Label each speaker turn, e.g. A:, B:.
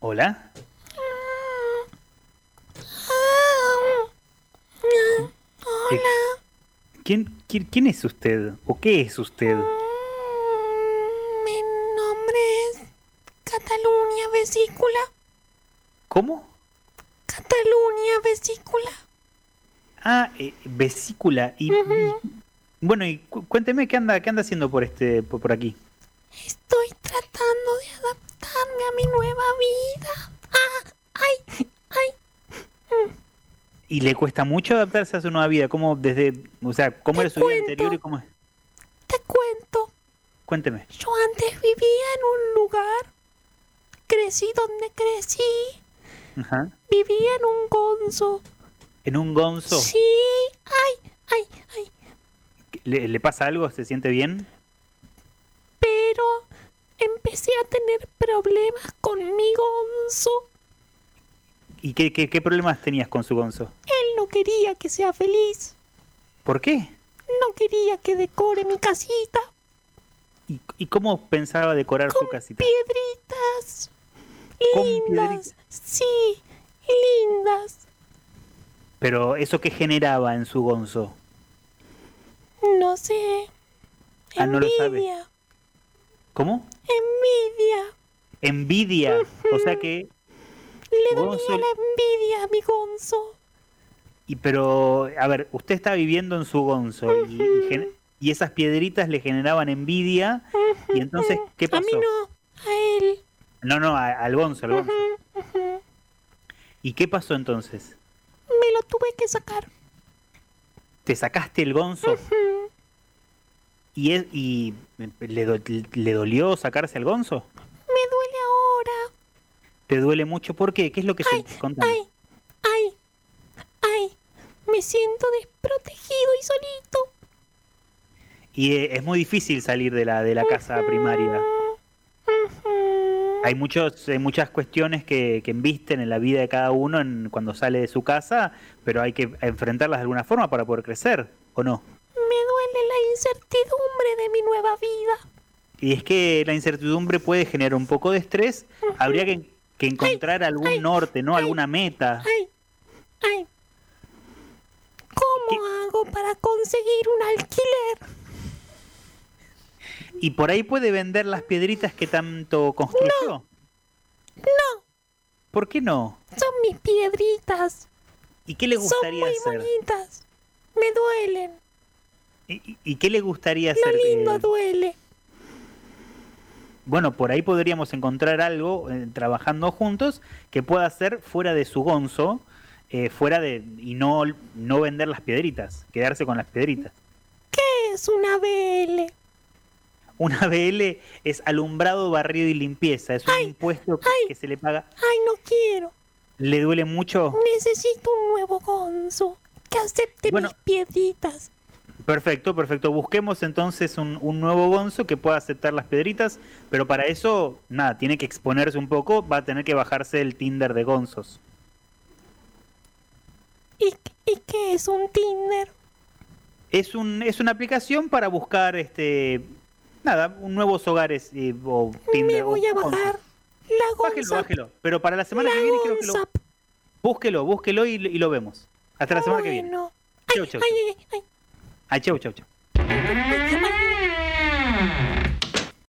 A: Hola. Eh,
B: Hola.
A: ¿Quién, quién, quién es usted? ¿O qué es usted?
B: Mi nombre es Cataluña Vesícula.
A: ¿Cómo?
B: Cataluña Vesícula.
A: Ah, eh, vesícula. Y, y- bueno, y cu- cuénteme qué anda, qué anda haciendo por este, por, por aquí.
B: Estoy tratando de adaptarme a mi nueva vida. Ah, ay, ay.
A: Y le cuesta mucho adaptarse a su nueva vida. ¿Cómo desde, o sea, cómo
B: Te
A: era su vida
B: cuento.
A: anterior y cómo es?
B: Te cuento.
A: Cuénteme.
B: Yo antes vivía en un lugar. Crecí donde crecí.
A: Ajá.
B: Vivía en un gonzo.
A: En un gonzo.
B: Sí. Ay, ay, ay.
A: ¿Le, le pasa algo? ¿Se siente bien?
B: pero empecé a tener problemas conmigo, Onzo.
A: ¿Y qué, qué, qué problemas tenías con su gonzo?
B: Él no quería que sea feliz,
A: ¿Por qué?
B: no quería que decore mi casita
A: ¿Y, y cómo pensaba decorar su
B: con
A: casita?
B: piedritas
A: Con
B: lindas,
A: piedritas.
B: sí, lindas.
A: Pero eso que generaba en su gonzo.
B: No sé,
A: Ah, no lo sabe.
B: envidia,
A: ¿Cómo?
B: envidia.
A: Envidia. O sea que
B: Le
A: Gonzo-
B: dolía la envidia a mi Gonzo.
A: Y pero, a ver, usted está viviendo en su gonzo y, y gen- y esas piedritas le generaban envidia. Y entonces, ¿qué
B: A
A: pasó?
B: mí no, a él.
A: no, no, a- al gonzo, al gonzo. ¿Y qué pasó entonces?
B: Me lo tuve que sacar.
A: ¿Te sacaste el gonzo? ¿Y, es- y le, do- le dolió sacarse el gonzo?
B: Me duele ahora.
A: ¿Te duele mucho? ¿Por qué? ¿Qué es lo que
B: Ay,
A: se contó?
B: ay, ay, ay, me siento desprotegido y solito.
A: Y eh, es muy difícil salir de la, de la casa primaria.
B: Ujú.
A: Hay muchos, hay muchas cuestiones que, que embisten en la vida de cada uno en- cuando sale de su casa, pero hay que enfrentarlas de alguna forma para poder crecer, ¿o no?
B: Me duele la incertidumbre de mi nueva vida.
A: Y es que la incertidumbre puede generar un poco de estrés, habría que, que encontrar algún norte, ¿no? Alguna meta.
B: Ay, ay. ¿Cómo hago para conseguir un alquiler?
A: Y por ahí puede vender las piedritas que tanto construyó.
B: No,
A: ¿Por qué no?
B: son mis piedritas.
A: ¿Y qué le
B: Son
A: gustaría
B: muy
A: hacer?
B: bonitas. Me duelen.
A: ¿Y, y qué le gustaría
B: Lo
A: hacer?
B: lindo
A: eh,
B: duele.
A: Bueno, por ahí podríamos encontrar algo eh, trabajando juntos que pueda hacer fuera de su gonzo, eh, fuera de y no no vender las piedritas, quedarse con las piedritas.
B: Es una BL.
A: Una BL es alumbrado, barrido y limpieza, es un impuesto que,
B: ay.
A: que se le paga.
B: Ay, no quiero.
A: Le duele mucho.
B: Necesito un nuevo gonzo que acepte
A: Bueno.
B: mis piedritas.
A: Perfecto, perfecto. Busquemos entonces un, un nuevo gonzo que pueda aceptar las piedritas, pero para eso nada, tiene que exponerse un poco, va a tener que bajarse el Tinder de gonzos.
B: ¿Y, y qué es un Tinder?
A: Es, un, es una aplicación para buscar este nada, un- nuevos hogares eh, o
B: Me
A: Tinder,
B: voy
A: o-
B: a
A: o-
B: bajar la
A: Bájelo,
B: Gonzap.
A: bájelo. Pero para la semana
B: La
A: que viene creo que lo
B: Gonzap.
A: búsquelo, búsquelo y, y lo vemos. Hasta la semana que viene.
B: Ah, Bueno.
A: Chau,
B: Ay,
A: chau,
B: ay, ay, ay.
A: Ah, chau, chau, chau.
B: ay, ay, ay.